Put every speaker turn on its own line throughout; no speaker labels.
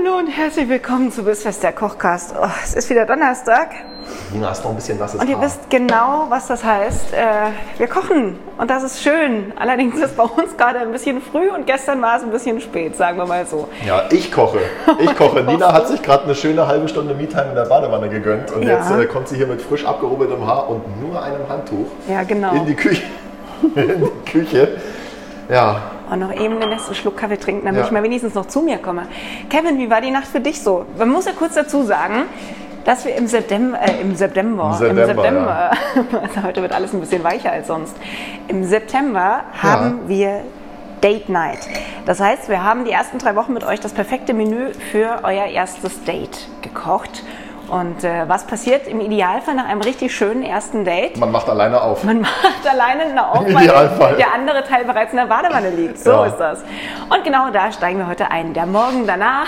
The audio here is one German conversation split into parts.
Hallo und herzlich willkommen zu Bissfest der Kochcast. Oh, es ist wieder Donnerstag
Nina ist noch ein bisschen nasses
und ihr
Oh.
Haar.
wisst genau, was das heißt. Äh, wir kochen und das ist schön. Allerdings ist bei uns gerade ein bisschen früh und gestern war es ein bisschen spät, sagen wir mal so.
ja, ich koche. Ich koche. Nina hat sich gerade eine schöne halbe Stunde Me-Time in der Badewanne gegönnt und
Ja.
jetzt äh, kommt sie hier mit frisch abgehobeltem Haar und nur einem Handtuch
Ja, genau.
in die Küche. in die Küche. Ja,
Und Oh, noch eben den letzten Schluck Kaffee trinken, damit
Ja.
ich mal wenigstens noch zu mir komme. Kevin, wie war die Nacht für dich so? Man muss ja kurz dazu sagen, dass wir im September, äh, im September,
Im September,
also heute wird alles ein bisschen weicher als sonst. Im September haben wir Date Night. Das heißt, wir haben die ersten drei Wochen mit euch das perfekte Menü für euer erstes Date gekocht. Und äh, was passiert im Idealfall nach einem richtig schönen ersten Date?
man macht alleine auf.
Man macht alleine eine
Im
Aufwand,
Idealfall.
weil der andere Teil bereits in der Badewanne liegt. So
Ja.
ist das. Und genau da steigen wir heute ein. Der Morgen danach.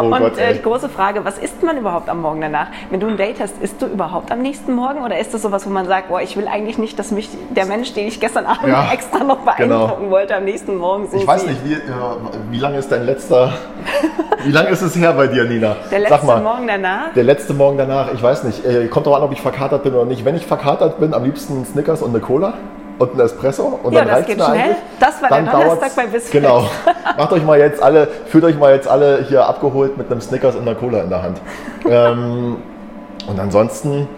Oh
Und
Gott,
äh,
ey.
die große Frage, was isst man überhaupt am Morgen danach? Wenn du ein Date hast, isst du überhaupt am nächsten Morgen? Oder ist das sowas, wo man sagt, boah, ich will eigentlich nicht, dass mich der Mensch, den ich gestern Abend
Ja, genau.
extra noch beeindrucken wollte, am nächsten Morgen so
ich weiß
sieht?
nicht, wie, äh, wie lange ist dein letzter. Wie lange ist es her bei dir, Nina?
Der letzte
Sag mal,
Morgen danach?
Der letzte Morgen danach, ich weiß nicht, äh, kommt drauf an, ob ich verkatert bin oder nicht. Wenn ich verkatert bin, am liebsten Snickers und eine Cola und einen Espresso und
Ja,
dann
das
reicht's
geht
mir
schnell.
eigentlich.
Das war der
dann
Donnerstag
dauert's-
bei Bisfest.
Genau. Macht euch mal jetzt alle, fühlt euch mal jetzt alle hier abgeholt mit einem Snickers und einer Cola in der Hand. ähm, und ansonsten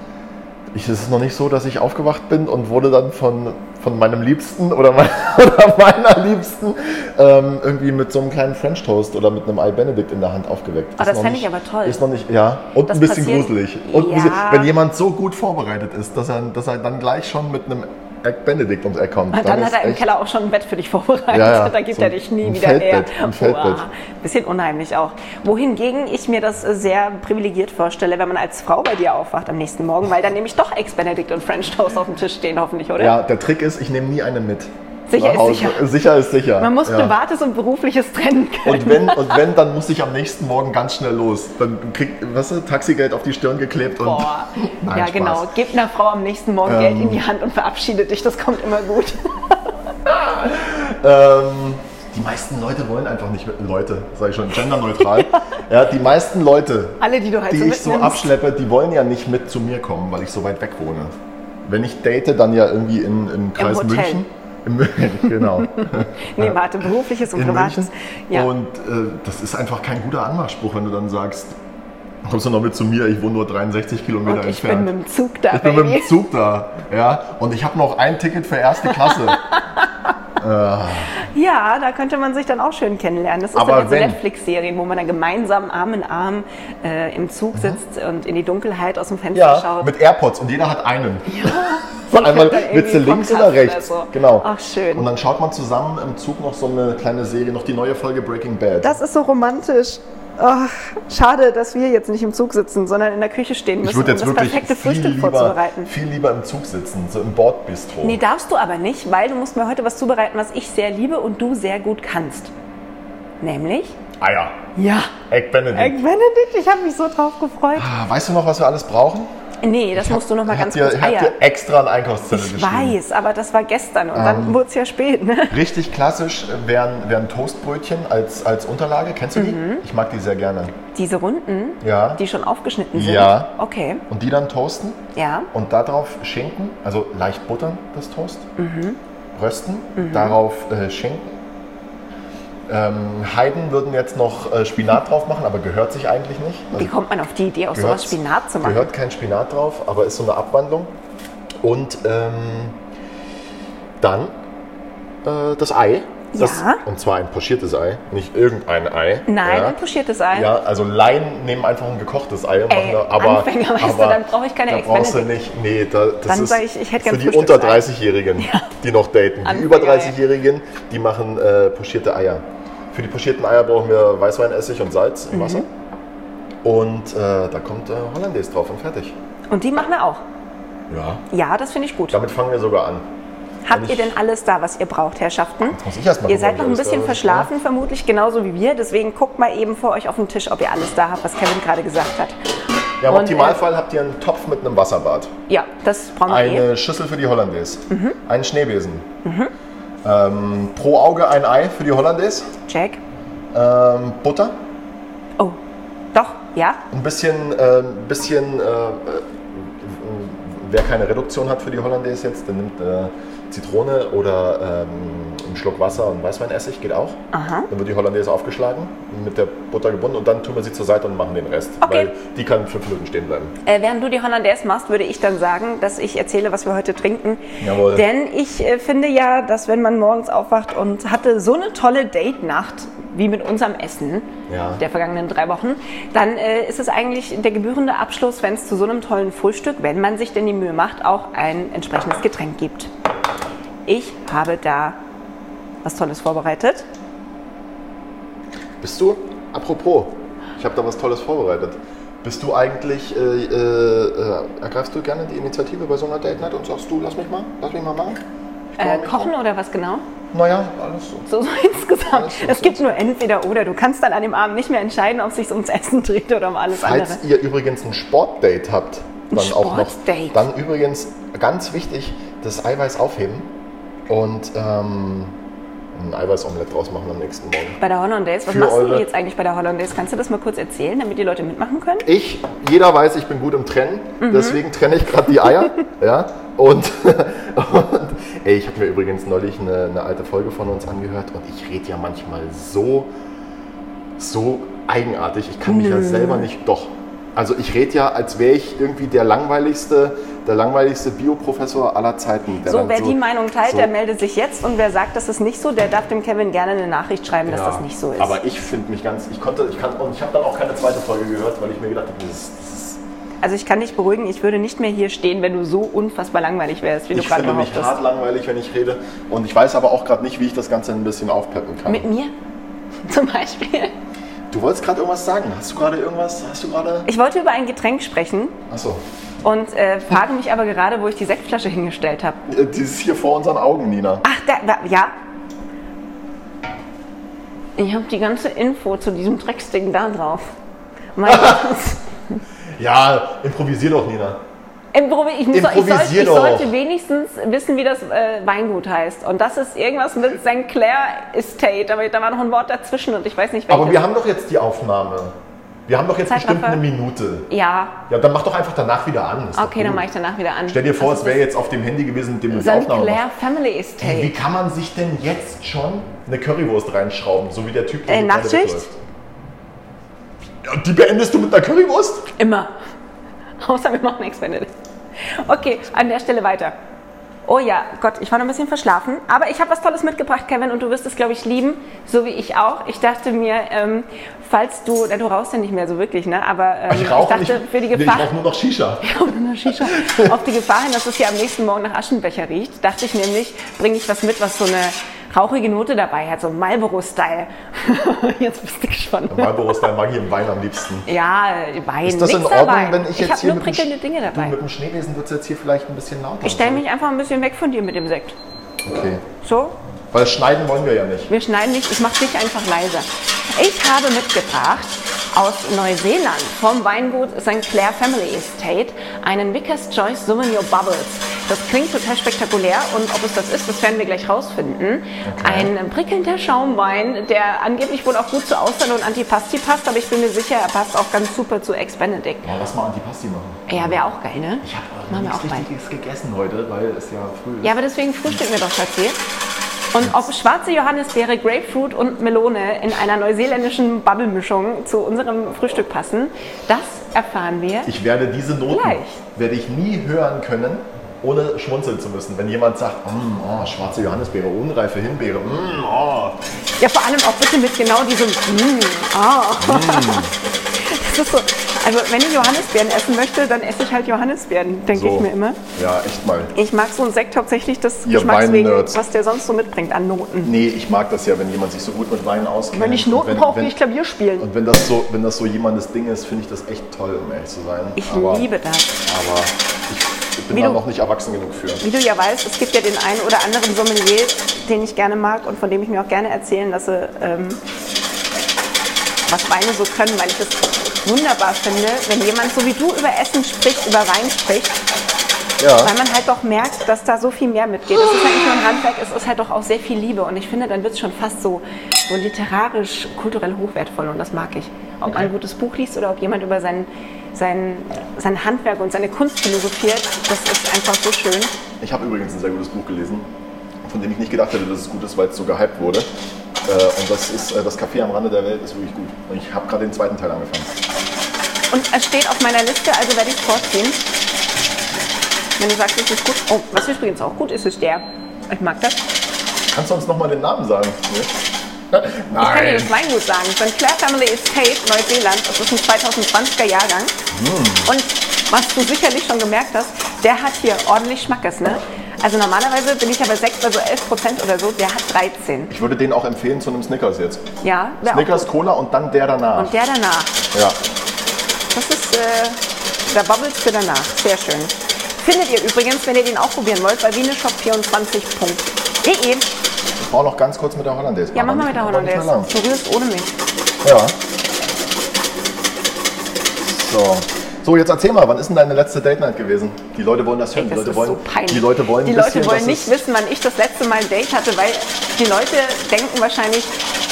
ich, es ist noch nicht so, dass ich aufgewacht bin und wurde dann von, von meinem Liebsten oder, mein, oder meiner Liebsten ähm, irgendwie mit so einem kleinen French Toast oder mit einem Ei Benedict in der Hand aufgeweckt.
Ah,
Ist
das
noch
fände
nicht-
ich aber toll.
Ist noch nicht, ja. Und
Das
ein bisschen
passiert-
gruselig. Und ein bisschen,
Ja.
wenn jemand so gut vorbereitet ist, dass er, dass er dann gleich schon mit einem Ei Benedict ums Eck kommt.
Und dann hat
ist
er im
echt-
Keller auch schon ein Bett für dich vorbereitet.
Ja, ja,
Da gibt
so
er dich nie
ein
wieder
Feldbett,
her.
ein Feldbett.
Boah, bisschen unheimlich auch. Wohingegen ich mir das äh, sehr privilegiert vorstelle, wenn man als Frau bei dir aufwacht am nächsten Morgen, weil dann nämlich doch Ex-Benedict und French Toast auf dem Tisch stehen, hoffentlich, oder?
Ja, der Trick ist, ich nehme nie eine mit.
Sicher
nach
ist
Hause.
sicher.
Sicher ist sicher.
Man muss
ja.
Privates und Berufliches trennen können.
Und wenn, und wenn, dann muss ich am nächsten Morgen ganz schnell los. Dann kriegt, weißt du, Taxigeld auf die Stirn geklebt und.
Boah.
Nein,
ja,
Spaß.
genau. Gib einer Frau am nächsten Morgen Geld in die Hand und verabschiede dich. Das kommt immer gut.
Ähm, die meisten Leute wollen einfach nicht mit. Leute, sage ich schon, genderneutral. ja, die meisten Leute,
Alle, die du halt
die
so
ich so
mitnimmst.
abschleppe, die wollen ja nicht mit zu mir kommen, weil ich so weit weg wohne. Wenn ich date, dann ja irgendwie in, im Kreis
Hotel.
München. Im München, genau.
Nee, warte, berufliches und
in München.
privates. Ja.
Und äh, das ist einfach kein guter Anmachspruch, wenn du dann sagst, kommst du noch mit zu mir, ich wohne nur 63 Kilometer
Und ich bin
entfernt.
mit dem Zug da.
Ich bin mit
Baby.
dem Zug da, ja. Und ich habe noch ein Ticket für erste Klasse.
Ja, da könnte man sich dann auch schön kennenlernen. Das ist
Aber
dann jetzt so
wenn-
Netflix-Serien, wo man dann gemeinsam Arm in Arm äh, im Zug sitzt und in die Dunkelheit aus dem Fenster
Mhm. ja,
schaut.
mit AirPods und jeder hat einen. Ja. Einmal
dann irgendwie
willst du links
Podcast
oder rechts.
oder so.
Genau.
Ach, schön.
Und dann schaut man zusammen im Zug noch so eine kleine Serie, noch die neue Folge Breaking Bad.
das ist so romantisch. Ach, schade, dass wir jetzt nicht im Zug sitzen, sondern in der Küche stehen
ich
müssen,
würde jetzt
um das
wirklich
perfekte
viel
Frühstück
lieber,
vorzubereiten.
viel lieber im Zug sitzen, so im Bordbistro.
Nee, darfst du aber nicht, weil du musst mir heute was zubereiten, was ich sehr liebe und du sehr gut kannst. Nämlich?
Eier.
Ja.
Egg Benedict.
Egg Benedict, ich habe mich so drauf gefreut.
Ah, Weißt du noch, was wir alles brauchen?
Nee, das musst du noch mal
Ich hab
ganz
dir,
kurz
ich hab
Eier.
dir extra einen Einkaufszettel
Ich
geschrieben.
weiß, aber das war gestern und
Ähm.
dann wurde es ja spät. Ne?
Richtig klassisch äh, wären, wären Toastbrötchen als, als Unterlage. Kennst du die? Ich mag die sehr gerne.
Diese Runden,
Ja.
Mhm. die schon aufgeschnitten sind.
Ja.
Okay,
Und die dann toasten
ja.
und darauf schinken, also leicht buttern das Toast,
Mhm.
rösten, darauf äh, schinken. Ähm, Heiden würden jetzt noch äh, Spinat drauf machen, aber gehört sich eigentlich nicht. Also
Wie kommt man auf die Idee, aus sowas
gehört's-
Spinat zu machen?
Gehört kein Spinat drauf, aber ist so eine Abwandlung. Und ähm, dann äh, das Ei. Das,
Ja.
Und zwar ein pochiertes Ei, nicht irgendein Ei.
Nein,
ja.
ein pochiertes Ei.
Ja, also Laien nehmen einfach ein gekochtes Ei. Und
Ey,
machen da, aber,
Anfänger, weißt du,
aber
dann brauch ich keine
da
Eggs
brauchst du
Benedict.
nicht. Nee, da, das
Dann
ist
sag ich, ich hätt gern
für die
Frühstücksei.
unter 30-Jährigen, die noch daten. Die
Anfänger,
über 30-Jährigen, die machen äh, pochierte Eier. Für die pochierten Eier brauchen wir Weißweinessig und Salz
Mhm.
im Wasser. Und äh, da kommt äh, Hollandaise drauf und fertig.
Und die machen wir auch.
Ja.
Ja, das finde ich gut.
Damit fangen wir sogar an.
Habt
ich-
ihr denn alles da, was ihr braucht, Herrschaften?
muss ich erst mal
ihr
gucken,
seid noch
ob
ein
ich alles
bisschen
da-
verschlafen, vermutlich genauso wie wir. Deswegen guckt mal eben vor euch auf den Tisch, ob ihr alles da habt, was Kevin gerade gesagt hat.
Ja, im
Und, äh,
Optimalfall habt ihr einen Topf mit einem Wasserbad.
Ja, das brauchen wir eh.
Eine Schüssel für die Hollandaise. Einen Schneebesen. Ähm, pro Auge ein Ei für die Hollandaise.
Check.
Ähm, Butter.
Oh, doch, ja.
Ein bisschen, äh, ein bisschen äh, äh, wer keine Reduktion hat für die Hollandaise jetzt, der nimmt äh, Zitrone oder ähm, einen Schluck Wasser und Weißweinessig, geht auch. Dann wird die Hollandaise aufgeschlagen, mit der Butter gebunden und dann tun wir sie zur Seite und machen den Rest.
Okay.
Weil die kann fünf Minuten stehen bleiben.
Äh, während du die Hollandaise machst, würde ich dann sagen, dass ich erzähle, was wir heute trinken.
Jawohl.
Denn ich äh, finde ja, dass wenn man morgens aufwacht und hatte so eine tolle Date-Nacht wie mit unserem Essen
Ja.
der vergangenen drei Wochen, dann äh, ist es eigentlich der gebührende Abschluss, wenn es zu so einem tollen Frühstück, wenn man sich denn die Mühe macht, auch ein entsprechendes Getränk gibt. Ich habe da was Tolles vorbereitet.
Bist du, apropos, ich habe da was Tolles vorbereitet. Bist du eigentlich, äh, äh, äh, ergreifst du gerne die Initiative bei so einer Date Night und sagst du, lass mich mal, lass mich mal machen? Ich
Äh,
brauche mich
kochen
mal.
oder was genau?
Naja, alles so.
So, so insgesamt.
Alles, was
Es gibt nur entweder oder. Du kannst dann an dem Abend nicht mehr entscheiden, ob es sich ums Essen dreht oder um alles andere.
Falls ihr übrigens ein Sportdate habt, dann auch noch,
Sportdate.
dann übrigens ganz wichtig, das Eiweiß aufheben und ähm, ein Eiweißomelett draus machen am nächsten Morgen.
Bei der Hollandaise, was
Für
machst du
eure-
jetzt eigentlich bei der Hollandaise? Kannst du das mal kurz erzählen, damit die Leute mitmachen können?
Ich, jeder weiß, ich bin gut im Trennen,
Mhm.
deswegen trenne ich gerade die Eier. ja, und, und ey, ich habe mir übrigens neulich eine, eine alte Folge von uns angehört und ich rede ja manchmal so, so eigenartig. Ich kann mich
Mhm.
ja selber nicht. Doch. Also ich rede ja, als wäre ich irgendwie der langweiligste, der langweiligste Bioprofessor aller Zeiten. der
So,
dann
wer die Meinung teilt,
so-
der meldet sich jetzt. Und wer sagt, das ist nicht so, der darf dem Kevin gerne eine Nachricht schreiben, dass
Ja,
das nicht so ist.
Aber ich finde mich ganz, ich konnte, ich kann, und ich habe dann auch keine zweite Folge gehört, weil ich mir gedacht habe, das ist, das ist
also ich kann dich beruhigen, ich würde nicht mehr hier stehen, wenn du so unfassbar langweilig wärst, wie du
Ich
gerade
finde mich
behauptest.
hart langweilig, wenn ich rede. Und ich weiß aber auch gerade nicht, wie ich das Ganze ein bisschen aufpeppen kann.
Mit mir zum Beispiel.
du wolltest gerade irgendwas sagen. Hast du gerade irgendwas? Hast du gerade.
Ich wollte über ein Getränk sprechen
Achso.
und äh, frage mich aber gerade, wo ich die Sektflasche hingestellt habe.
Äh, Dieses hier vor unseren Augen, Nina.
Ach, da, da, ja. Ich habe die ganze Info zu diesem Drecksding da drauf. Mein Gott.
Ja, improvisier doch, Nina.
Improvi ich, muss, ich, sollte,
Improvisier
ich
doch.
sollte wenigstens wissen, wie das äh, Weingut heißt. Und das ist irgendwas mit St. Clair Estate. Aber da war noch ein Wort dazwischen und ich weiß nicht, welches.
Aber wir haben doch jetzt die Aufnahme. Wir haben doch jetzt
Zeit
bestimmt
nachher.
eine Minute.
Ja,
Ja, dann mach doch einfach danach wieder an. Ist doch
okay, dann
gut.
mache ich danach wieder an.
Stell dir vor,
Also,
es wäre jetzt auf dem Handy gewesen, mit dem du die
St.
Aufnahme
Clair
machst.
Family
Ey, Wie
Estate.
kann man sich denn jetzt schon eine Currywurst reinschrauben, so wie der Typ, der
Äh,
hier gerade
Nachtschicht?
wegläuft? Ja, und die beendest du mit einer Currywurst?
Immer. Außer wir machen Expanded. Okay, an der Stelle weiter. Oh ja, Gott, ich war noch ein bisschen verschlafen. Aber ich habe was Tolles mitgebracht, Kevin, und du wirst es, glaube ich, lieben, so wie ich auch. Ich dachte mir, ähm, falls du, na, du rauchst ja nicht mehr so wirklich, ne? Aber ähm,
Also Ich rauche
dachte,
nicht,
für die
Nee,
Gefahr.
ich rauche nur noch Shisha.
Auf die Gefahr hin, dass es hier am nächsten Morgen nach Aschenbecher riecht, dachte ich nämlich, bringe ich was mit, was so eine rauchige Note dabei hat, so Marlboro-Style. Jetzt bist du gespannt.
Marlboro Style mag ich im Wein am liebsten.
Ja, Wein.
Ist das
nix
in Ordnung,
dabei.
wenn ich jetzt
ich hab
hier
nur
mit dem
prickelnde
Sch-
Dinge
Du,
dabei.
mit dem Schneebesen wird es jetzt hier vielleicht ein bisschen lauter.
Ich stelle mich einfach ein bisschen weg von dir mit dem Sekt.
Okay.
So,
Weil schneiden wollen wir ja nicht.
wir schneiden nicht, ich mache dich einfach leiser. Ich habe mitgebracht aus Neuseeland vom Weingut St. Clair Family Estate einen Vickers Choice Sauvignon Bubbles. Das klingt total spektakulär und ob es das ist, das werden wir gleich rausfinden. Ein prickelnder Schaumwein, der angeblich wohl auch gut zu Austern und Antipasti passt, aber ich bin mir sicher, er passt auch ganz super zu Ex Benedict.
Ja, lass mal Antipasti machen.
Ja, wäre auch geil, ne?
Ich habe
Machen wir
nichts
auch bald.
Richtiges gegessen heute, weil es ja früh ist.
Ja, aber deswegen frühstücken wir doch Schatzi. Und ob schwarze Johannisbeere, Grapefruit und Melone in einer neuseeländischen Bubble-Mischung zu unserem Frühstück passen, das erfahren wir.
Ich werde diese Noten
Gleich.
werde ich nie hören können, ohne schmunzeln zu müssen. Wenn jemand sagt, "Mm, oh, schwarze Johannisbeere, unreife Himbeere, mm, oh.
Ja, vor allem auch bitte mit genau diesem mm, ah. Oh. Das ist so Also wenn ich Johannisbeeren essen möchte, dann esse ich halt Johannisbeeren, denke
So.
ich mir immer.
Ja, echt mal.
Ich mag so einen Sekt hauptsächlich des
Ihr
Geschmacks wegen,
Weinnerds.
was der sonst so mitbringt an Noten.
Nee, ich mag das ja, wenn jemand sich so gut mit Wein auskennt.
Wenn ich
Und
Noten brauche,
wenn-
will ich Klavier spielen.
Und wenn das so, wenn das so jemandes Ding ist, finde ich das echt toll, um ehrlich zu sein.
Ich
aber,
liebe das.
Aber ich, ich bin
Wie
da
du-
noch nicht erwachsen genug für.
Wie du ja weißt, es gibt ja den einen oder anderen Sommelier, den ich gerne mag und von dem ich mir auch gerne erzählen lasse, ähm, was Weine so können, weil ich es wunderbar finde, wenn jemand so wie du über Essen spricht, über Wein spricht,
Ja.
weil man halt doch merkt, dass da so viel mehr mitgeht. Es ist halt nicht nur ein Handwerk, es ist halt doch auch sehr viel Liebe und ich finde, dann wird es schon fast so, so literarisch, kulturell hochwertvoll und das mag ich. Ob man ein gutes Buch liest oder ob jemand über sein, sein, sein Handwerk und seine Kunst philosophiert, das ist einfach so schön.
Ich habe übrigens ein sehr gutes Buch gelesen, von dem ich nicht gedacht hätte, dass es gut ist, weil es so gehypt wurde. Äh, Und das ist äh, Das Café am Rande der Welt ist wirklich gut. Und ich habe gerade den zweiten Teil angefangen.
Und es steht auf meiner Liste, also werde ich es vorziehen. Wenn du sagst, es ist gut. Oh, was übrigens auch gut ist, ist der. Ich mag das.
Kannst du uns nochmal den Namen sagen? Nee?
Ich kann dir
Nein.
das Weingut sagen. Von Claire Family Estate, Neuseeland. Das ist ein 2020er Jahrgang.
Hm.
Und was du sicherlich schon gemerkt hast, der hat hier ordentlich Schmackes, ne? Also normalerweise bin ich ja bei 6, also 11 Prozent oder so. Der hat 13.
Ich würde den auch empfehlen zu einem Snickers jetzt.
Ja, wär auch
Snickers,
gut.
Cola und dann der danach.
Und der danach.
ja.
Das ist äh, der Bubbles für danach. Sehr schön. Findet ihr übrigens, wenn ihr den auch probieren wollt, bei wieneshop24.de.
Ich brauche noch ganz kurz mit der Hollandaise.
E Ja, mach mal mit der
Aber nicht-
Hollandaise.
aber nicht
Du rührst ohne mich.
mehr lang. Ja. So. So, jetzt erzähl mal, wann ist denn deine letzte Date Night gewesen? Die Leute wollen das hören.
Das
die Leute
ist
wollen,
so peinlich.
Die Leute wollen,
Die
ein
Leute
bisschen,
wollen
dass es-
nicht wissen, wann ich das letzte Mal ein Date hatte, weil die Leute denken wahrscheinlich,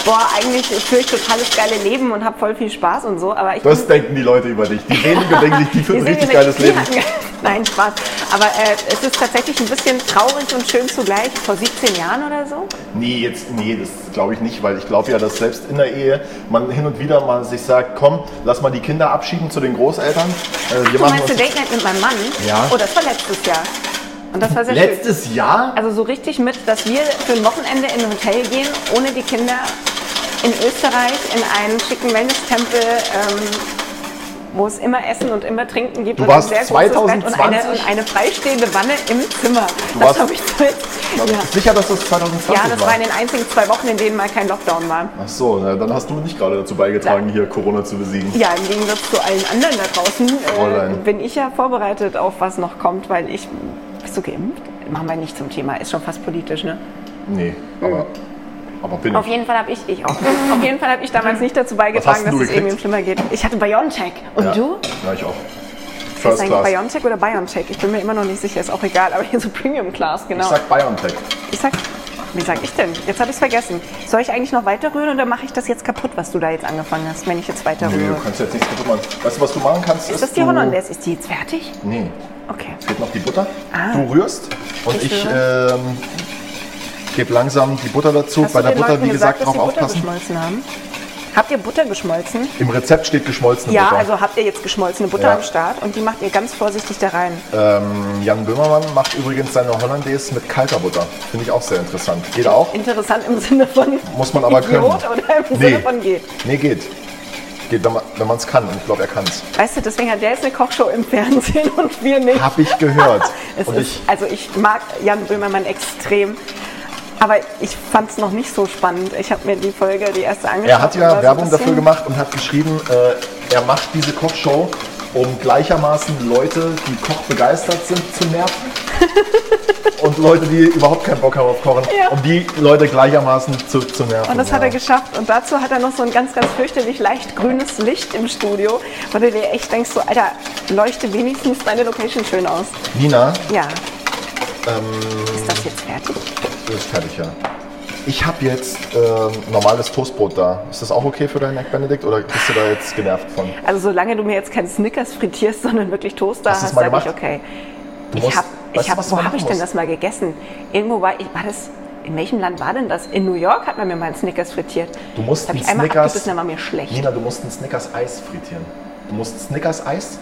boah, eigentlich führe ich totales geile Leben und habe voll viel Spaß und so, aber ich
Das denken die Leute über dich. Die wenigen denken sich, die
Wir
führen ein
sind
richtig
hier
geiles
nicht-
Leben.
Wir hatten- Nein, Spaß. Aber äh, es ist tatsächlich ein bisschen traurig und schön zugleich. Vor 17 Jahren oder so?
Nee, jetzt, nee, das glaube ich nicht, weil ich glaube ja, dass selbst in der Ehe man hin und wieder mal sich sagt, komm, lass mal die Kinder abschieben zu den Großeltern. Äh, wir
Du
machen
meinst eine
uns-
Date Night mit meinem Mann?
Ja.
Oh, das war letztes Jahr. Und das war sehr schön.
Letztes Jahr?
Also so richtig mit, dass wir für ein Wochenende in ein Hotel gehen, ohne die Kinder in Österreich in einen schicken Wellness-Tempel, ähm, wo es immer Essen und immer Trinken gibt.
Du
und
warst
ein sehr großes Bett und eine,
2020?
und eine freistehende Wanne im Zimmer.
warst-
das habe ich damit.
Bist
Ja.
du Sicher, dass das 2020
ja, das war in den einzigen zwei Wochen, in denen mal kein Lockdown war.
Ach so, na, dann hast du nicht gerade dazu beigetragen, hier Corona zu besiegen.
Ja, im Gegensatz zu allen anderen da draußen äh,
Fräulein.
bin ich ja vorbereitet auf was noch kommt, weil ich. Bist du geimpft? Machen wir nicht zum Thema. Ist schon fast politisch, ne?
Nee, aber, aber bin
Auf
ich.
jeden Fall habe ich, ich auch. Auf jeden Fall habe ich damals nicht dazu
hast
beigetragen,
denn
dass
du
es
gekriegt?
irgendwem schlimmer geht. Ich hatte Biontech. Und
ja.
du?
Ja, ich auch.
Ist
First
eigentlich
Class.
Biontech oder Biontech? Ich bin mir immer noch nicht sicher, ist auch egal, aber hier so Premium Class,
Ich
genau.
sag BioNTech.
Ich sag, wie sag ich denn? Jetzt habe ich es vergessen. Soll ich eigentlich noch weiter rühren oder mache ich das jetzt kaputt, was du da jetzt angefangen hast, wenn ich jetzt weiter
Nee,
rühre?
du kannst jetzt nichts kaputt machen. Weißt du, was du machen kannst?
ist das die
du-
Hollandaise? Ist die jetzt fertig?
Nee,
Okay.
fehlt noch die Butter. Du rührst und ich,
Ah. Ich
ähm, gebe langsam die Butter dazu.
Hast
Bei
du
der
den
Butter,
Leuten
wie gesagt,
dass
drauf
sie Butter
aufpassen.
geschmolzen haben? Habt ihr Butter geschmolzen?
Im Rezept steht geschmolzene
Ja,
Butter.
also habt ihr jetzt geschmolzene Butter
Ja.
am Start und die macht ihr ganz vorsichtig da rein.
ähm, Jan Böhmermann macht übrigens seine Hollandaise mit kalter Butter. Finde ich auch sehr interessant. Geht auch?
Interessant im Sinne von
Muss man aber
Idiot
können.
oder im Sinne von geht.
Nee, geht. Geht, wenn man wenn es kann. Und ich glaube, er kann es.
Weißt du, deswegen hat der jetzt eine Kochshow im Fernsehen und wir nicht.
Hab ich gehört.
es
Und
ist,
ich-
also ich mag Jan Böhmermann extrem, aber ich fand es noch nicht so spannend. Ich habe mir die Folge, die erste angeschaut.
Er hat
und war so
ja
ein
Werbung
bisschen-
dafür gemacht und hat geschrieben, äh, er macht diese Kochshow, um gleichermaßen Leute, die kochbegeistert sind, zu nerven. und Leute, die überhaupt keinen Bock haben auf Kochen,
Ja.
um die Leute gleichermaßen zu, zu nerven.
Und das hat
ja.
er geschafft. Und dazu hat er noch so ein ganz, ganz fürchterlich leicht grünes Licht im Studio, wo du dir echt denkst, so, Alter, leuchte wenigstens deine Location schön aus.
Nina,
Ja.
Ähm.
Ist das jetzt fertig?
das ist fertig, ja. Ich habe jetzt ähm, normales Toastbrot da. Ist das auch okay für deinen Egg Benedict oder bist du da jetzt genervt von?
Also solange du mir jetzt keinen Snickers frittierst, sondern wirklich Toaster
Hast du's
hast,
mal
sage ich
gemacht?
okay.
Du
ich
musst-
habe,
weißt
ich
du,
hab,
was du
wo
machen
habe ich denn
musst?
das mal gegessen? Irgendwo war ich, war das, in welchem Land war denn das? In New York hat man mir mal einen Snickers frittiert.
Du musst
das hab
einen
ich einmal
Snickers-
abgebissen, dann war mir schlecht.
Nina, du musst ein Snickers Eis frittieren. Du musst Snickers Eis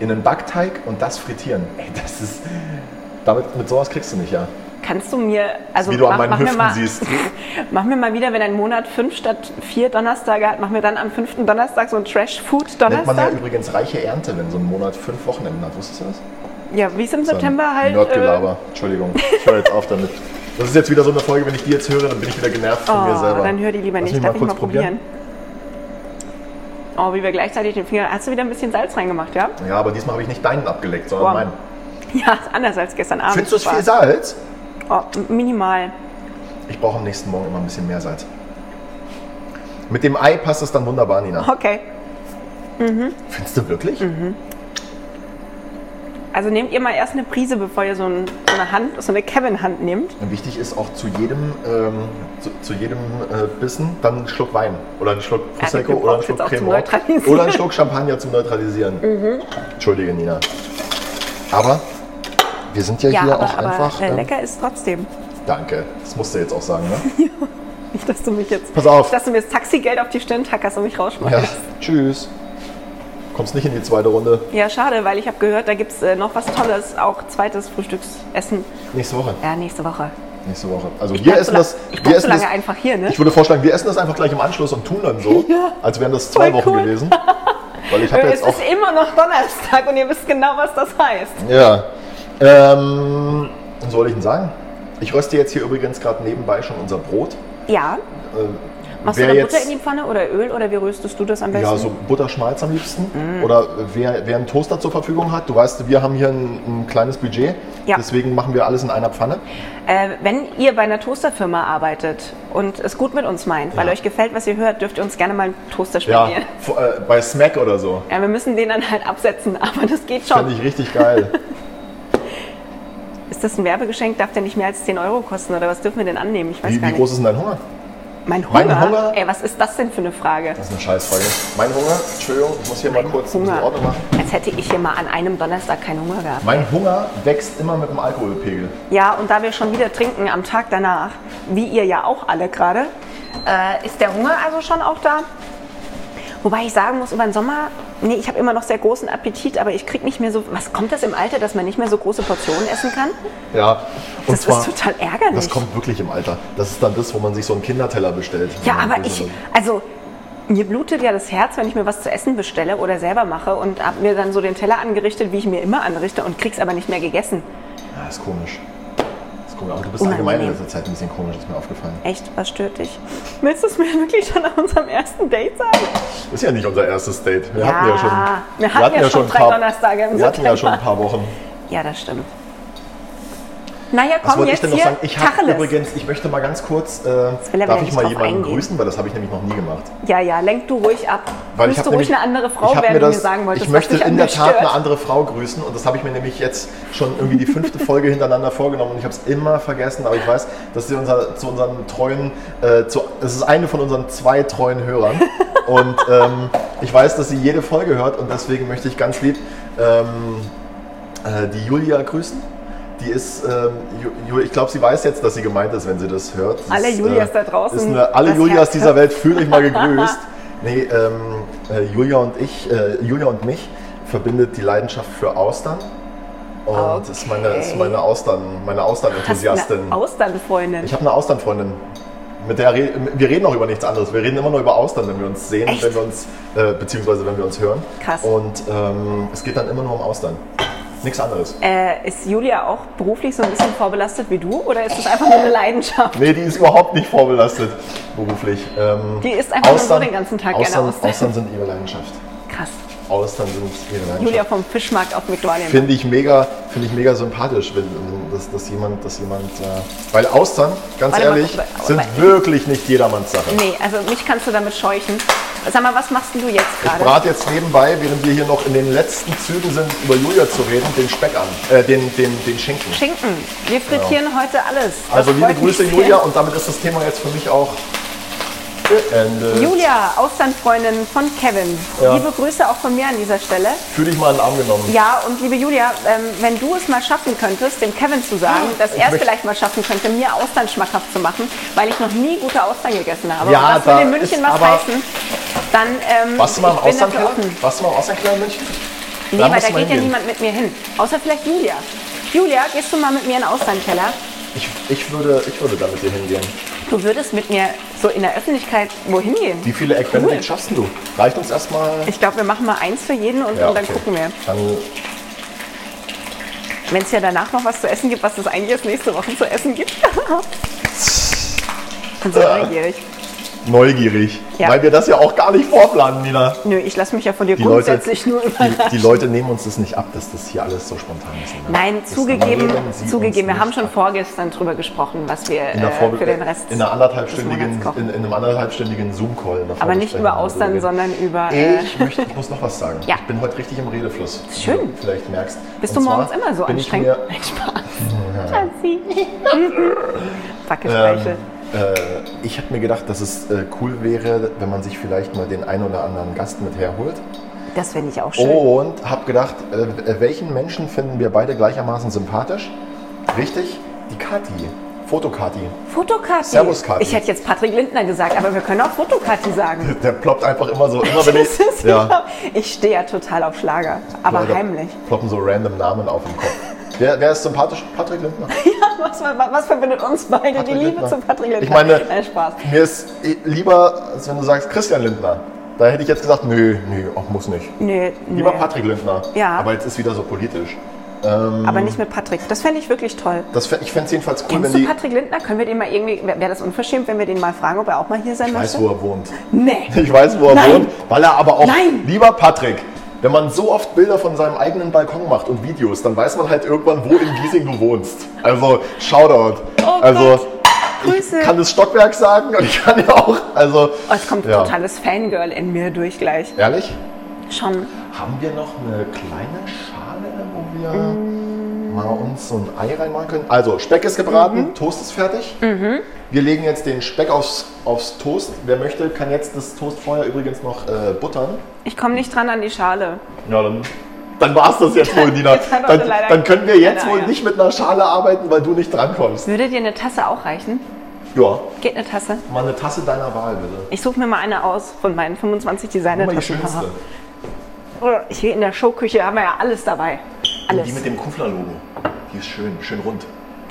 in einen Backteig und das frittieren. Ey, das ist. Damit, mit sowas kriegst du nicht, ja.
Kannst du mir, also
Wie du an
mach,
meinen
mach, mir
Hüften
mal,
siehst.
mach mir mal wieder, wenn ein Monat fünf statt vier Donnerstage hat, mach mir dann am fünften Donnerstag so einen
Nennt man ja
Trash-Food-Donnerstag.
übrigens reiche Ernte, wenn so ein Monat fünf Wochenenden hat. Wusstest du das?
Ja, wie es im September halt.
Nerdgelaber. Entschuldigung, ich höre jetzt auf damit. Das ist jetzt wieder so eine Folge, wenn ich die jetzt höre, dann bin ich wieder genervt von mir
Oh,
selber.
Dann hör die lieber
Lass
nicht.
mich
Darf ich mal probieren? Oh, wie wir gleichzeitig den Finger. Hast du wieder ein bisschen Salz reingemacht, ja?
Ja, aber diesmal habe ich nicht deinen abgeleckt, sondern
Wow.
meinen.
Ja, ist anders als gestern Abend.
Findest du es
War-
viel Salz?
Oh, m- minimal.
Ich brauche am nächsten Morgen immer ein bisschen mehr Salz. Mit dem Ei passt es dann wunderbar, Nina.
Okay.
Findest du wirklich?
Mhm. Also nehmt ihr mal erst eine Prise, bevor ihr so, ein, so eine Hand, so eine Kevin-Hand nehmt.
Und wichtig ist auch zu jedem, ähm, zu, zu jedem äh, Bissen dann einen Schluck Wein oder einen Schluck Prosecco
den
oder einen
braucht's jetzt
Schluck
auch
Creme
zum Neutralisieren.
Rauch
Mhm.
oder einen Schluck Champagner zum Neutralisieren. Entschuldige, Nina. Aber wir sind ja, hier auch einfach.
äh,
ähm,
lecker ist trotzdem.
Danke, das musst du jetzt auch sagen, ne?
Nicht, dass du mich jetzt.
Pass auf.
Dass du mir das Taxigeld auf die Stirn tackerst und mich
Ja,
rausschmeißt.
tschüss. Kommst nicht in die zweite Runde.
Ja. schade, weil ich habe gehört, da gibt es äh, noch was Tolles. Auch zweites Frühstücksessen.
Nächste Woche.
Ja, nächste Woche.
Nächste Woche. Also
Ich
wir
bleib
essen
so la-
das.
ich bleib
wir
so
essen
lange
das,
einfach hier, ne?
Ich würde vorschlagen, wir essen das einfach gleich im Anschluss und tun dann so,
Ja.
als wären das zwei
Voll
Wochen
cool.
gewesen. Weil ich habe
Äh, Es
jetzt auch.
ist immer noch Donnerstag und ihr wisst genau, was das heißt.
Ja. Ähm, was soll ich denn sagen? Ich röste jetzt hier übrigens gerade nebenbei schon unser Brot.
Ja. Machst
wer
du da
jetzt-
Butter in die Pfanne oder Öl oder wie röstest du das am Mm. besten?
Ja, so Butterschmalz am liebsten. Oder wer, wer einen Toaster zur Verfügung hat. Du weißt, wir haben hier ein, ein kleines Budget.
Ja.
Deswegen machen wir alles in einer Pfanne.
Äh, wenn ihr bei einer Toasterfirma arbeitet und es gut mit uns meint, weil
Ja.
euch gefällt, was ihr hört, dürft ihr uns gerne mal einen Toaster
Ja,
spendieren.
vor- äh, bei Smack oder so.
Ja. wir müssen den dann halt absetzen, aber das geht
Fände
schon.
ich richtig geil.
Ist das ein Werbegeschenk? Darf der nicht mehr als 10 Euro kosten oder was dürfen wir denn annehmen? Ich weiß
Wie,
gar
wie
nicht.
groß ist denn dein Hunger?
mein Hunger?
mein Hunger?
Ey, was ist das denn für eine Frage?
Das ist eine Scheißfrage. Mein Hunger, Entschuldigung, ich muss hier mal kurz ein bisschen
Hunger.
Ordnung machen.
Als hätte ich hier mal an einem Donnerstag keinen Hunger gehabt.
Mein Hunger wächst immer mit dem Alkoholpegel.
Ja, und da wir schon wieder trinken am Tag danach, wie ihr ja auch alle gerade, äh, ist der Hunger also schon auch da. Wobei ich sagen muss, über den Sommer, nee, ich habe immer noch sehr großen Appetit, aber ich kriege nicht mehr so, was kommt das im Alter, dass man nicht mehr so große Portionen essen kann?
Ja, und
Das ist total ärgerlich.
Das kommt wirklich im Alter. Das ist dann das, wo man sich so einen Kinderteller bestellt.
ja,
Wenn man
aber
größer
ich,
wird.
also mir blutet ja das Herz, wenn ich mir was zu essen bestelle oder selber mache und habe mir dann so den Teller angerichtet, wie ich mir immer anrichte und krieg's aber nicht mehr gegessen.
Ja, ist komisch. Ist komisch. Aber du bist
Unangenehm.
allgemein in letzter Zeit ein bisschen komisch, ist mir aufgefallen.
Echt, was stört dich? Willst du es mir wirklich schon an unserem ersten Date sagen?
Ist ja nicht unser erstes Date. Wir
Ja,
hatten ja schon,
wir hatten ja schon
ein
drei Donnerstage im
Wir hatten
September.
ja schon ein paar Wochen.
Ja, das stimmt. Naja,
Was
komm
wollte ich
jetzt
denn noch
hier.
sagen? Ich habe
Tacheles.
übrigens, ich möchte mal ganz kurz, äh,
will er wieder
darf ich
nicht
mal
drauf
jemanden
eingehen.
grüßen, weil das habe ich nämlich noch nie gemacht.
Ja, ja, lenk du ruhig ab.
Weil
Willst
ich
du
hab
ruhig
nämlich-
eine andere
ich
Frau
hab
werden,
mir
die
das,
mir sagen wolltest,
Ich möchte
was dich
in
an
der
mir
Tat
stört.
eine andere Frau grüßen und das habe ich mir nämlich jetzt schon irgendwie die fünfte Folge hintereinander vorgenommen und ich habe es immer vergessen, aber ich weiß, dass sie unser, zu unseren treuen, äh, zu, es ist eine von unseren zwei treuen Hörern und ähm, ich weiß, dass sie jede Folge hört und deswegen möchte ich ganz lieb ähm, äh, die Julia grüßen. Die ist, ähm, Ju- Ju- ich glaube, sie weiß jetzt, dass sie gemeint ist, wenn sie das hört. Sie
Alle
ist, äh,
Julias da draußen,
Ist eine, alle
das
Julias
Herz
dieser Welt, fühlt euch mal gegrüßt. Nee, ähm, äh, Julia und ich, äh, Julia und mich verbindet die Leidenschaft für Austern. Und das ist meine, ist meine Austern, meine
Hast du
Austern-Enthusiastin.
eine Austernfreundin.
Ich habe eine Austernfreundin. Mit der re wir reden auch über nichts anderes. Wir reden immer nur über Austern, wenn wir uns sehen,
Echt?
wenn wir uns, äh, beziehungsweise wenn wir uns hören.
Krass.
Und ähm, es geht dann immer nur um Austern. Nichts anderes.
äh, ist Julia auch beruflich so ein bisschen vorbelastet wie du oder ist das einfach nur eine Leidenschaft?
Nee, die ist überhaupt nicht vorbelastet beruflich. Ähm,
Die isst einfach nur so den ganzen Tag gerne
Austern,
Austern.
Austern sind ihre Leidenschaft.
Krass.
Austern sind ihre Leidenschaft.
Julia vom Fischmarkt auf Viktorien.
Finde ich mega, finde ich mega sympathisch, wenn, wenn- dass, dass jemand, dass jemand, äh, weil Austern, ganz
Warte mal,
ehrlich,
aber- aber-
sind wirklich nicht jedermanns Sache.
nee, also mich kannst du damit scheuchen. Sag mal, was machst denn du jetzt
Ich
gerade?
brate jetzt nebenbei, während wir hier noch in den letzten Zügen sind, über Julia zu reden, den Speck an, äh, den, den, den Schinken.
Schinken. Wir frittieren heute alles. Das
Also liebe
freut mich
Grüße
sehr.
Julia und damit ist das Thema jetzt für mich auch beendet.
Julia, Auslandfreundin von Kevin.
Äh, Ja.
Liebe Grüße auch von mir an dieser Stelle.
Fühl dich mal in den Arm genommen.
Ja, und liebe Julia, ähm, wenn du es mal schaffen könntest, dem Kevin zu sagen, dass er es
Ah, möchte-
vielleicht mal schaffen könnte, mir Austern schmackhaft zu machen, weil ich noch nie gute Austern gegessen habe.
Ja,
und das
da
will in München
ist
was
aber-
heißen, dann ähm,
Warst du mal im
ich bin dafür
Auslandkeller?
offen.
Warst du mal im Auslandkeller in München?
Nee, weil da geht ja niemand mit mir hin. Außer vielleicht Julia. Julia, gehst du mal mit mir in den Auslandkeller?
Ich, ich, würde, ich würde damit hier hingehen.
Du würdest mit mir so in der Öffentlichkeit wohin gehen?
Wie viele Eckbände schaffst du? Reicht uns erstmal.
Ich glaube, wir machen mal eins für jeden und, und dann gucken wir.
Dann
Wenn es ja danach noch was zu essen gibt, was es eigentlich erst nächste Woche zu essen gibt. Ich bin so
Ja.
neugierig.
neugierig.
Ja.
Weil wir das ja auch gar nicht vorplanen wieder.
Nö, ich lasse mich ja von dir
Die Leute,
grundsätzlich nur
die,
überraschen.
die Leute nehmen uns das nicht ab, dass das hier alles so spontan ist. ne?
Nein,
Das
zugegeben,
nehmen sie
zugegeben.
uns
Wir haben
nicht
schon
ab.
vorgestern drüber gesprochen, was wir
in, der
äh,
Vorbe-
für den Rest
in, einer anderthalbstündigen,
des Monats kochen.
in, in einem anderthalbstündigen Zoom-Call. in der
Aber nicht
Vorbesprechung
über
haben also wir
Austern,
geredet.
sondern über. Äh,
Ich, möchte, ich muss noch was sagen.
Ja.
Ich bin heute richtig im Redefluss. wie
Schön.
du Vielleicht merkst.
bist du
Und
morgens
zwar
immer so
bin ich
anstrengend?
mir-
Nein, Spaß. Schatzi. Backe
Ähm,
Speichel.
äh, ich habe mir gedacht, dass es äh, cool wäre, wenn man sich vielleicht mal den einen oder anderen Gast mit herholt.
Das fände ich auch schön.
Oh. Und habe gedacht, äh, äh, welchen Menschen finden wir beide gleichermaßen sympathisch? Richtig, die Kati. Fotokati.
Fotokati.
Servus, Kathi.
Ich hätte jetzt Patrick Lindner gesagt, aber wir können auch Fotokati sagen.
Der ploppt einfach immer so, immer wenn ich.
Das ist,
ja,
Ich stehe ja total auf Schlager, aber
Leute,
heimlich.
Ploppen so random Namen auf im Kopf. Wer, wer ist sympathisch? Patrick Lindner.
Was, was verbindet uns beide?
Patrick
die Liebe
Lindner.
zu Patrick Lindner.
Ich meine-
Nein, Spaß.
Mir ist eh lieber, als wenn du sagst Christian Lindner. Da hätte ich jetzt gesagt, nö, nö, ach, muss nicht.
Nee, nee.
Lieber Patrick Lindner.
Ja.
Aber jetzt ist wieder so politisch.
Aber nicht mit Patrick. Das fände ich wirklich toll.
Das, fä- ich fände es jedenfalls cool,
Kennst
wenn
du
die.
Patrick Lindner? Können wir den mal irgendwie. Wäre wär das unverschämt, wenn wir den mal fragen, ob er auch mal hier sein
Ich weiß,
möchte?
wo er wohnt.
Nee.
Ich weiß, wo er
Nein.
wohnt, weil er aber auch.
Nein.
Lieber Patrick, wenn man so oft Bilder von seinem eigenen Balkon macht und Videos, dann weiß man halt irgendwann, wo in Giesing du wohnst. Also, Shoutout.
Oh
also,
Gott.
ich
Grüße.
kann das Stockwerk sagen und ich kann ja auch. Also,
Oh, es kommt
ja.
totales Fangirl in mir durch gleich.
Ehrlich?
Schon.
Haben wir noch eine kleine Schale, wo wir
Mm.
mal uns so ein Ei reinmachen können? Also, Speck ist
Mhm.
gebraten, Toast ist fertig. Wir legen jetzt den Speck aufs, aufs Toast. Wer möchte, kann jetzt das Toastfeuer übrigens noch äh, buttern.
Ich komme nicht dran an die Schale.
Ja, dann. Dann war es das jetzt wohl, Nina.
Jetzt hat er
Dann,
doch leider
dann können wir jetzt
keine
wohl
Eier.
nicht mit einer Schale arbeiten, weil du nicht drankommst.
Würde dir eine Tasse auch reichen?
Ja,
Geht eine Tasse?
mal eine Tasse deiner Wahl, bitte.
Ich suche mir mal eine aus von meinen 25
Nimm mal die
Designer-Tassen.
schönste.
Oder Ich will in der Showküche haben wir ja alles dabei.
Die
Alles.
mit dem Kufler-Logo. Die ist schön, schön rund.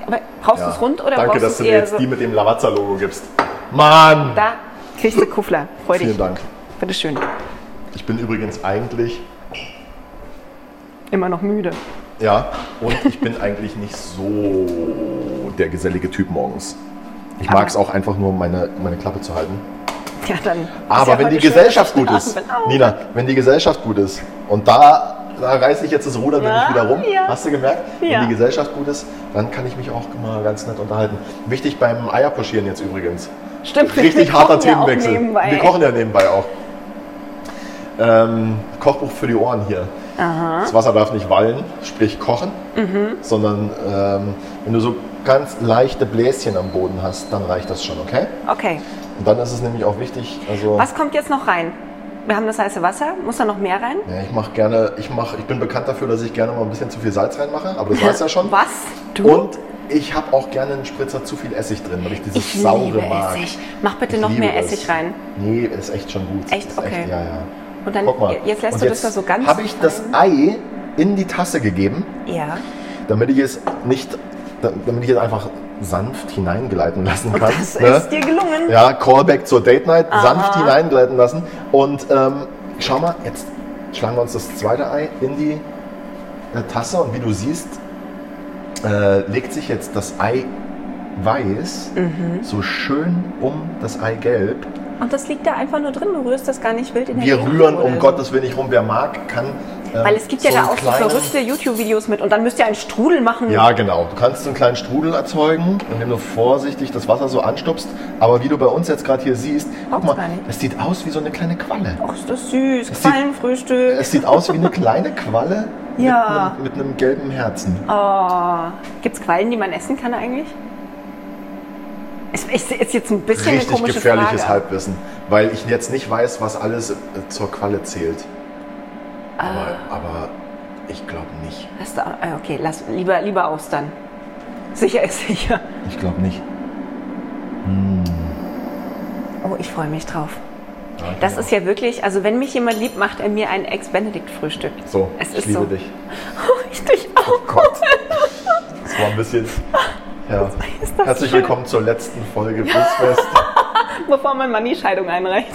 Aber brauchst du es rund oder
Danke,
brauchst
dass
du es
du mir
eher
jetzt
so?
die mit dem Lavazza-Logo gibst. Mann!
Da kriegst du Kuffler. Freu dich.
Vielen Dank.
Bitteschön.
Ich bin übrigens eigentlich,
Immer noch müde.
ja, und ich bin eigentlich nicht so der gesellige Typ morgens. Ich
Aber-
mag es auch einfach nur, meine, meine Klappe zu halten.
Ja, dann. ist
Aber
ja
wenn die
heute schön,
Gesellschaft
dass ich
gut ist,
schlafen bin.
Nina, wenn die Gesellschaft gut ist, und da, da reiße ich jetzt das Ruder nämlich
Ja,
wieder rum,
ja.
hast du gemerkt?
Ja.
Wenn die Gesellschaft gut ist, dann kann ich mich auch mal ganz nett unterhalten. Wichtig beim Eierposchieren jetzt übrigens.
Stimmt, wir
Richtig harter
kochen ja auch
Themenwechsel.
nebenbei.
wir kochen ja nebenbei auch. Ähm, Kochbuch für die Ohren hier. Das Wasser darf nicht wallen, sprich kochen,
Mhm.
sondern ähm, wenn du so ganz leichte Bläschen am Boden hast, dann reicht das schon, okay?
Okay.
Und dann ist es nämlich auch wichtig, also
Was kommt jetzt noch rein? Wir haben das heiße Wasser. Muss da noch mehr rein?
Ja, ich mache gerne, ich mach, ich bin bekannt dafür, dass ich gerne mal ein bisschen zu viel Salz reinmache, aber das weißt du ja schon.
Was?
Und ich habe auch gerne einen Spritzer zu viel Essig drin, weil ich dieses
Ich
saure
liebe
mag.
Essig. Mach bitte
Ich
noch
liebe
mehr
das.
Essig rein.
Nee, ist echt schon gut.
Echt?
Ist
Okay.
ja, ja.
Und dann,
Guck mal.
jetzt lässt
Und
du das da so ganz.
Habe ich das Ei in die Tasse gegeben,
Ja.
damit ich es nicht, da- damit ich es einfach sanft hineingleiten lassen kann.
Das
ne?
ist dir gelungen.
Ja, Callback zur Date Night, sanft hineingleiten lassen. Und ähm, schau mal, jetzt schlagen wir uns das zweite Ei in die äh, Tasse und wie du siehst, äh, legt sich jetzt das Ei weiß
Mhm.
so schön um das Eigelb.
Und das liegt da einfach nur drin. Du rührst das gar nicht wild in
Wir
der
rühren
Gegend
um
oder
Gottes Willen nicht rum. Wer mag, kann. ähm,
also. Weil es gibt ja
so
da
einen
auch so
kleinen-
verrückte YouTube-Videos mit und dann müsst ihr einen Strudel machen.
Ja, genau. Du kannst so einen kleinen Strudel erzeugen, indem du vorsichtig das Wasser so anstupst. Aber wie du bei uns jetzt gerade hier siehst, guck
Braucht's
mal,
gar nicht.
das sieht aus wie so eine kleine Qualle.
Ach, ist das süß.
sieht-
Quallenfrühstück.
Es sieht aus wie eine kleine Qualle
Ja.
mit, einem, mit einem gelben Herzen.
Gibt's Quallen, die man essen kann eigentlich? Ist, ist, ist jetzt ein bisschen eine
Richtig
komische
gefährliches
Frage.
Halbwissen, weil ich jetzt nicht weiß, was alles äh, zur Qualle zählt.
Ah.
Aber, aber ich glaube nicht.
Lass da, ah, okay, lass lieber, lieber Austern. Sicher ist sicher.
Ich glaube nicht.
Oh, ich freue mich drauf. Das ist ja wirklich, also wenn mich jemand liebt, macht er mir ein Ex-Benedict-Frühstück.
so.
es
ich
ist
liebe
so.
dich.
Oh, ich dich auch.
Gott. Das war ein bisschen. Ja.
Ist das
Herzlich
schön.
willkommen zur letzten Folge Bissfest.
bevor man mal die Scheidung einreicht.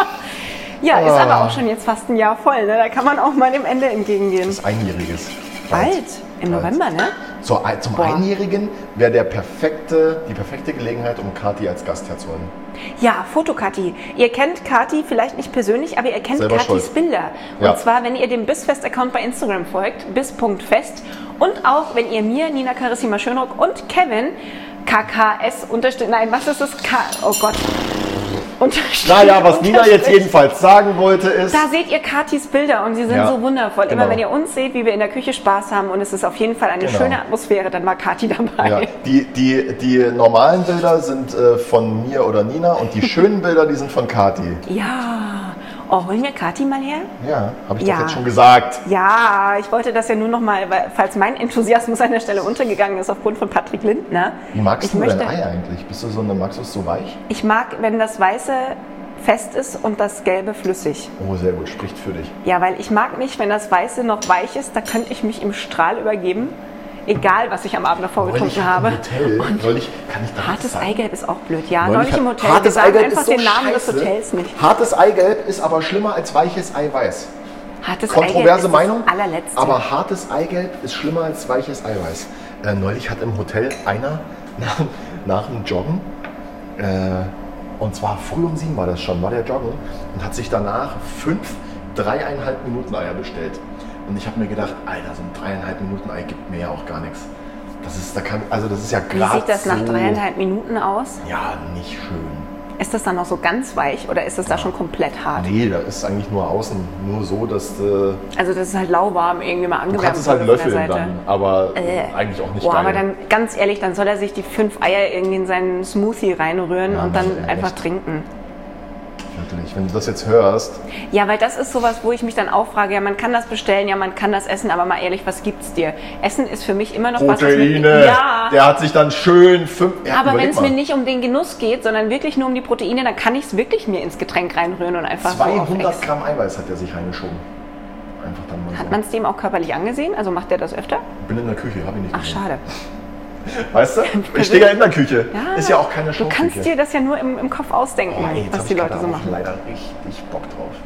ja, ist
Ah.
aber auch schon jetzt fast ein Jahr voll. Ne? Da kann man auch mal dem Ende entgegengehen.
Das Einjähriges.
Bald, im
Bald.
November, ne?
Zur, Ei- zum
Boah.
Einjährigen wäre der perfekte, die perfekte Gelegenheit, um Kathi als Gast herzuholen.
Ja, Fotokati. Ihr kennt Kati vielleicht nicht persönlich, aber ihr kennt
Selber
Katis
schuld.
Bilder. Und
Ja.
zwar, wenn ihr dem Bissfest-Account bei Instagram folgt, bis.fest. Und auch, wenn ihr mir, Nina Carissima Schönrock und Kevin, KKS unterstrich, nein, was ist das? K, oh Gott. Unterstrich-
Naja, was Nina jetzt
unterstrich-
jedenfalls sagen wollte, ist.
Da seht ihr Katis Bilder und sie sind
Ja,
so wundervoll. Immer
genau.
wenn ihr uns seht, wie wir in der Küche Spaß haben und es ist auf jeden Fall eine
Genau.
schöne Atmosphäre, dann war Kati dabei.
Ja, die, die, die normalen Bilder sind äh, von mir oder Nina und die schönen Bilder, die sind von Kathi.
Ja. Oh, holen wir Kati mal her?
Ja, habe ich
Ja.
doch jetzt schon gesagt.
Ja, ich wollte das ja nur noch mal, weil, falls mein Enthusiasmus an der Stelle untergegangen ist aufgrund von Patrick Lindner.
Wie magst
ich
du dein
möchte,
Ei eigentlich? Bist du so eine, magst du es so weich?
Ich mag, wenn das Weiße fest ist und das Gelbe flüssig.
Oh, sehr gut, spricht für dich.
Ja, weil ich mag nicht, wenn das Weiße noch weich ist, da könnte ich mich im Strahl übergeben. Egal, was ich am Abend davor getrunken
hat
habe.
im Hotel, neulich, kann ich da
Hartes
sagen?
Eigelb ist auch blöd, ja.
Neulich
Neulich
hat-
im Hotel.
Hartes
wir sagen
Eigelb
einfach
ist so
den Namen des
scheiße.
Hotels nicht.
Hartes Eigelb ist aber schlimmer als weiches Eiweiß.
Hartes
Kontroverse
Eigelb
Meinung,
ist das allerletzte.
aber hartes Eigelb ist schlimmer als weiches Eiweiß. Äh, neulich hat im Hotel einer nach, nach dem Joggen, äh, und zwar früh um sieben war das schon, war der Joggen, und hat sich danach fünf dreieinhalb Minuten Eier bestellt. Und ich habe mir gedacht, Alter, so ein dreieinhalb Minuten Ei gibt mir ja auch gar nichts. Das ist, da kann, also das ist ja
Wie
gerade
sieht das nach
so,
dreieinhalb Minuten aus?
Ja, nicht schön.
Ist das dann noch so ganz weich oder ist das da schon komplett hart?
Nee, da ist eigentlich nur außen, nur so, dass äh,
Also das ist halt lauwarm irgendwie mal
du
angewärmt.
kannst es halt
wird von der
löffeln
Seite.
dann, aber
Äh.
eigentlich auch nicht
Boah,
geil.
aber dann ganz ehrlich, dann soll er sich die fünf Eier irgendwie in seinen Smoothie reinrühren
Ja,
und dann
das ist
einfach
echt.
trinken.
Wirklich, wenn du das jetzt hörst,
Ja, weil das ist sowas, wo ich mich dann auch frage, ja, man kann das bestellen, ja, man kann das essen, aber mal ehrlich, was gibt's dir? Essen ist für mich immer noch was, was
Proteine,
mit, ja,
der hat sich dann schön fünf... Ja,
Aber
überleg
wenn es
mal.
mir nicht um den Genuss geht, sondern wirklich nur um die Proteine, dann kann ich es wirklich mir ins Getränk reinrühren und einfach so auf
200
Ex.
Gramm Eiweiß hat er sich reingeschoben. Einfach dann mal
Hat
so.
man es dem auch körperlich angesehen? Also macht der das öfter?
Ich bin in der Küche, habe ich nicht
Ach,
gesehen.
schade.
Weißt du? Ich stehe ja in der Küche. Ist ja auch keine
Du
Showküche.
kannst dir das ja nur im, im Kopf ausdenken,
oh, ey, jetzt hab
was die
ich
Leute
gerade
so
auch
machen.
leider richtig Bock drauf.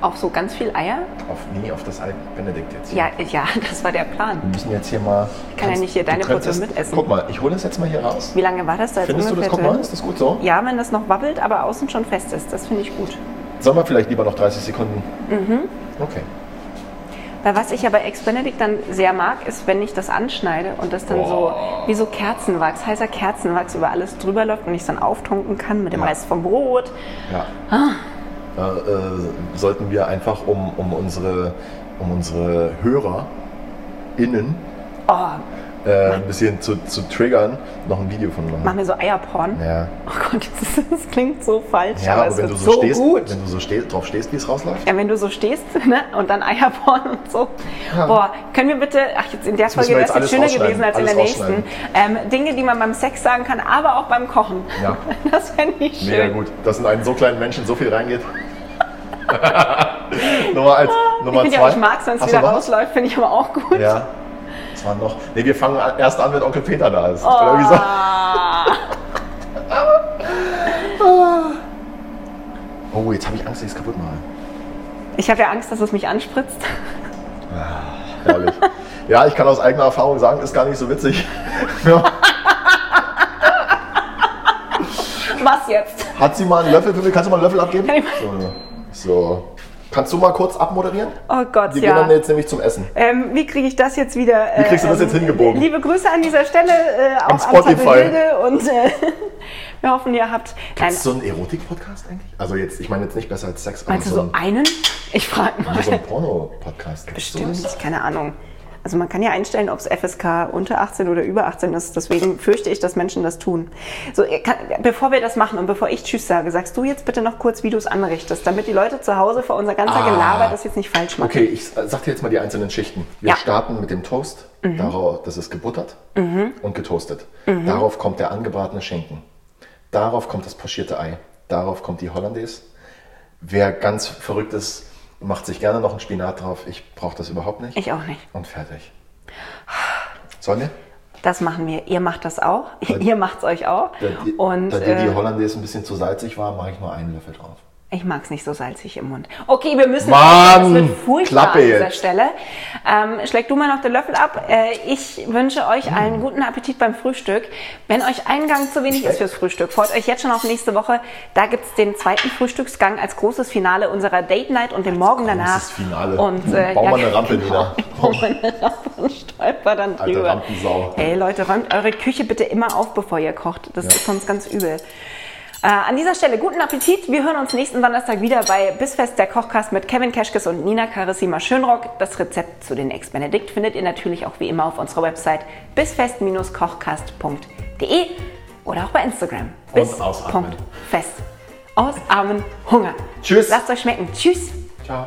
Auf so ganz viel Eier?
Auf, nee, auf das Ei Benedikt jetzt. hier.
Ja, ja, das war der
Wir
Plan.
müssen jetzt hier mal...
Kann ja nicht hier
du
deine Portion
könntest-
mitessen.
Guck mal, ich hole das jetzt mal hier raus.
Wie lange war das da jetzt
Findest du das? Guck mal,
drin?
ist das gut so?
Ja, wenn das noch wabbelt, aber außen schon fest ist. Das finde ich gut.
Sollen wir vielleicht lieber noch 30 Sekunden?
Mhm.
Okay.
Weil was ich aber Ex-Benedict dann sehr mag, ist, wenn ich das anschneide und das dann so wie so Kerzenwachs, heißer Kerzenwachs über alles drüber läuft und ich es dann auftunken kann mit dem
Ja.
Rest vom Brot.
Ja.
Ah.
Da äh, sollten wir einfach um, um, unsere, um unsere HörerInnen
Oh,
äh, ein bisschen zu, zu triggern, noch ein Video von
mach
machen.
mir so Eierporn.
Ja,
Oh Gott, das, ist, das klingt so falsch,
ja
aber
aber
es
wenn
wird
du so,
so
stehst,
gut.
wenn du so stehst, drauf stehst, wie es rausläuft.
Ja, wenn du so stehst ne? und dann Eierporn und so. Boah, können wir bitte, ach jetzt in der
müssen
Folge
wir
wäre
jetzt
es jetzt
alles
schöner
rausschneiden,
gewesen als in der
alles
nächsten. Ähm, Dinge, die man beim Sex sagen kann, aber auch beim Kochen.
Ja.
Das fände ich schön.
Mega gut, dass in einen so kleinen Menschen so viel reingeht. Nummer, als,
Ah, Ich
Nummer
finde ja,
zwei.
ich mag es, wenn es
Hast du
wieder
noch was?
rausläuft, finde ich aber auch gut.
Ja. Das war noch. Nee, wir fangen erst an, wenn Onkel Peter da ist. Oder wie gesagt.
Oh.
Oh, jetzt habe ich Angst, dass ich es kaputt mache.
Ich habe ja Angst, dass es mich anspritzt.
Herrlich. ja, ich kann aus eigener Erfahrung sagen, ist gar nicht so witzig.
Was jetzt?
Hat sie mal einen Löffel? Pippi? Kannst du mal einen Löffel abgeben?
Kann ich
So. so. Kannst du mal kurz abmoderieren?
Oh Gott,
Wir gehen
ja.
dann jetzt nämlich zum Essen.
Ähm, wie kriege ich das jetzt wieder? Wie
kriegst du das jetzt hingebogen?
Liebe Grüße an dieser Stelle, äh, auch
An Spotify.
Zappenhilde und äh, wir hoffen, ihr habt. Nein,
Ist so ein Erotik-Podcast eigentlich? Also jetzt, ich meine jetzt nicht besser als Sex,
meinst du
so
so einen? Ich frage
ein,
mal.
so ein Porno-Podcast. Gibt's
Stimmt,
sowas?
keine Ahnung. Also man kann ja einstellen, ob es FSK unter 18 oder über 18 ist. Deswegen fürchte ich, dass Menschen das tun. So, ihr kann, bevor wir das machen und bevor ich Tschüss sage, sagst du jetzt bitte noch kurz, wie du es anrichtest, damit die Leute zu Hause vor unser ganzer
Ah.
Gelaber das jetzt nicht falsch machen.
Okay, ich äh, sag dir jetzt mal die einzelnen Schichten. Wir
Ja. Mhm.
starten mit dem Toast. Darauf, das ist gebuttert und getoastet. Darauf kommt der angebratene Schinken. Darauf kommt das pochierte Ei. Darauf kommt die Hollandaise. Wer ganz verrückt ist, macht sich gerne noch einen Spinat drauf. Ich brauche das überhaupt nicht.
Ich auch nicht.
Und fertig. Sollen wir?
Das machen wir. Ihr macht das auch. Ihr macht's euch auch.
Da, die,
Und
da dir
äh,
die Hollandaise ein bisschen zu salzig war, mache ich nur einen Löffel drauf.
ich mag's nicht so salzig im Mund. Okay, wir müssen.
Mann,
das wird furchtbar
Klappe
an dieser
jetzt.
Stelle. Ähm, schläg du mal noch den Löffel ab. Äh, ich wünsche euch
Mm.
einen guten Appetit beim Frühstück. Wenn euch ein Gang zu wenig ist fürs Frühstück, freut euch jetzt schon auf nächste Woche. Da gibt's den zweiten Frühstücksgang als großes Finale unserer Date Night und den Morgen danach.
Großes Finale.
Und äh,
Bauen wir
ja,
eine Rampe
genau.
nieder.
Bauen wir eine Rampe und stolpern dann
Alte
drüber.
Rampensau.
Ey Leute, räumt eure Küche bitte immer auf, bevor ihr kocht. Das ist sonst ganz übel. Äh, an dieser Stelle guten Appetit. Wir hören uns nächsten Donnerstag wieder bei Bissfest der Kochcast mit Kevin Keschkes und Nina Carissima Schönrock. Das Rezept zu den Eggs Benedict findet ihr natürlich auch wie immer auf unserer Website bissfest-kochcast.de oder auch bei Instagram.
Und ausatmen.
Punkt Fest. Ausarmen Hunger.
Tschüss.
Lasst euch schmecken. Tschüss.
Ciao.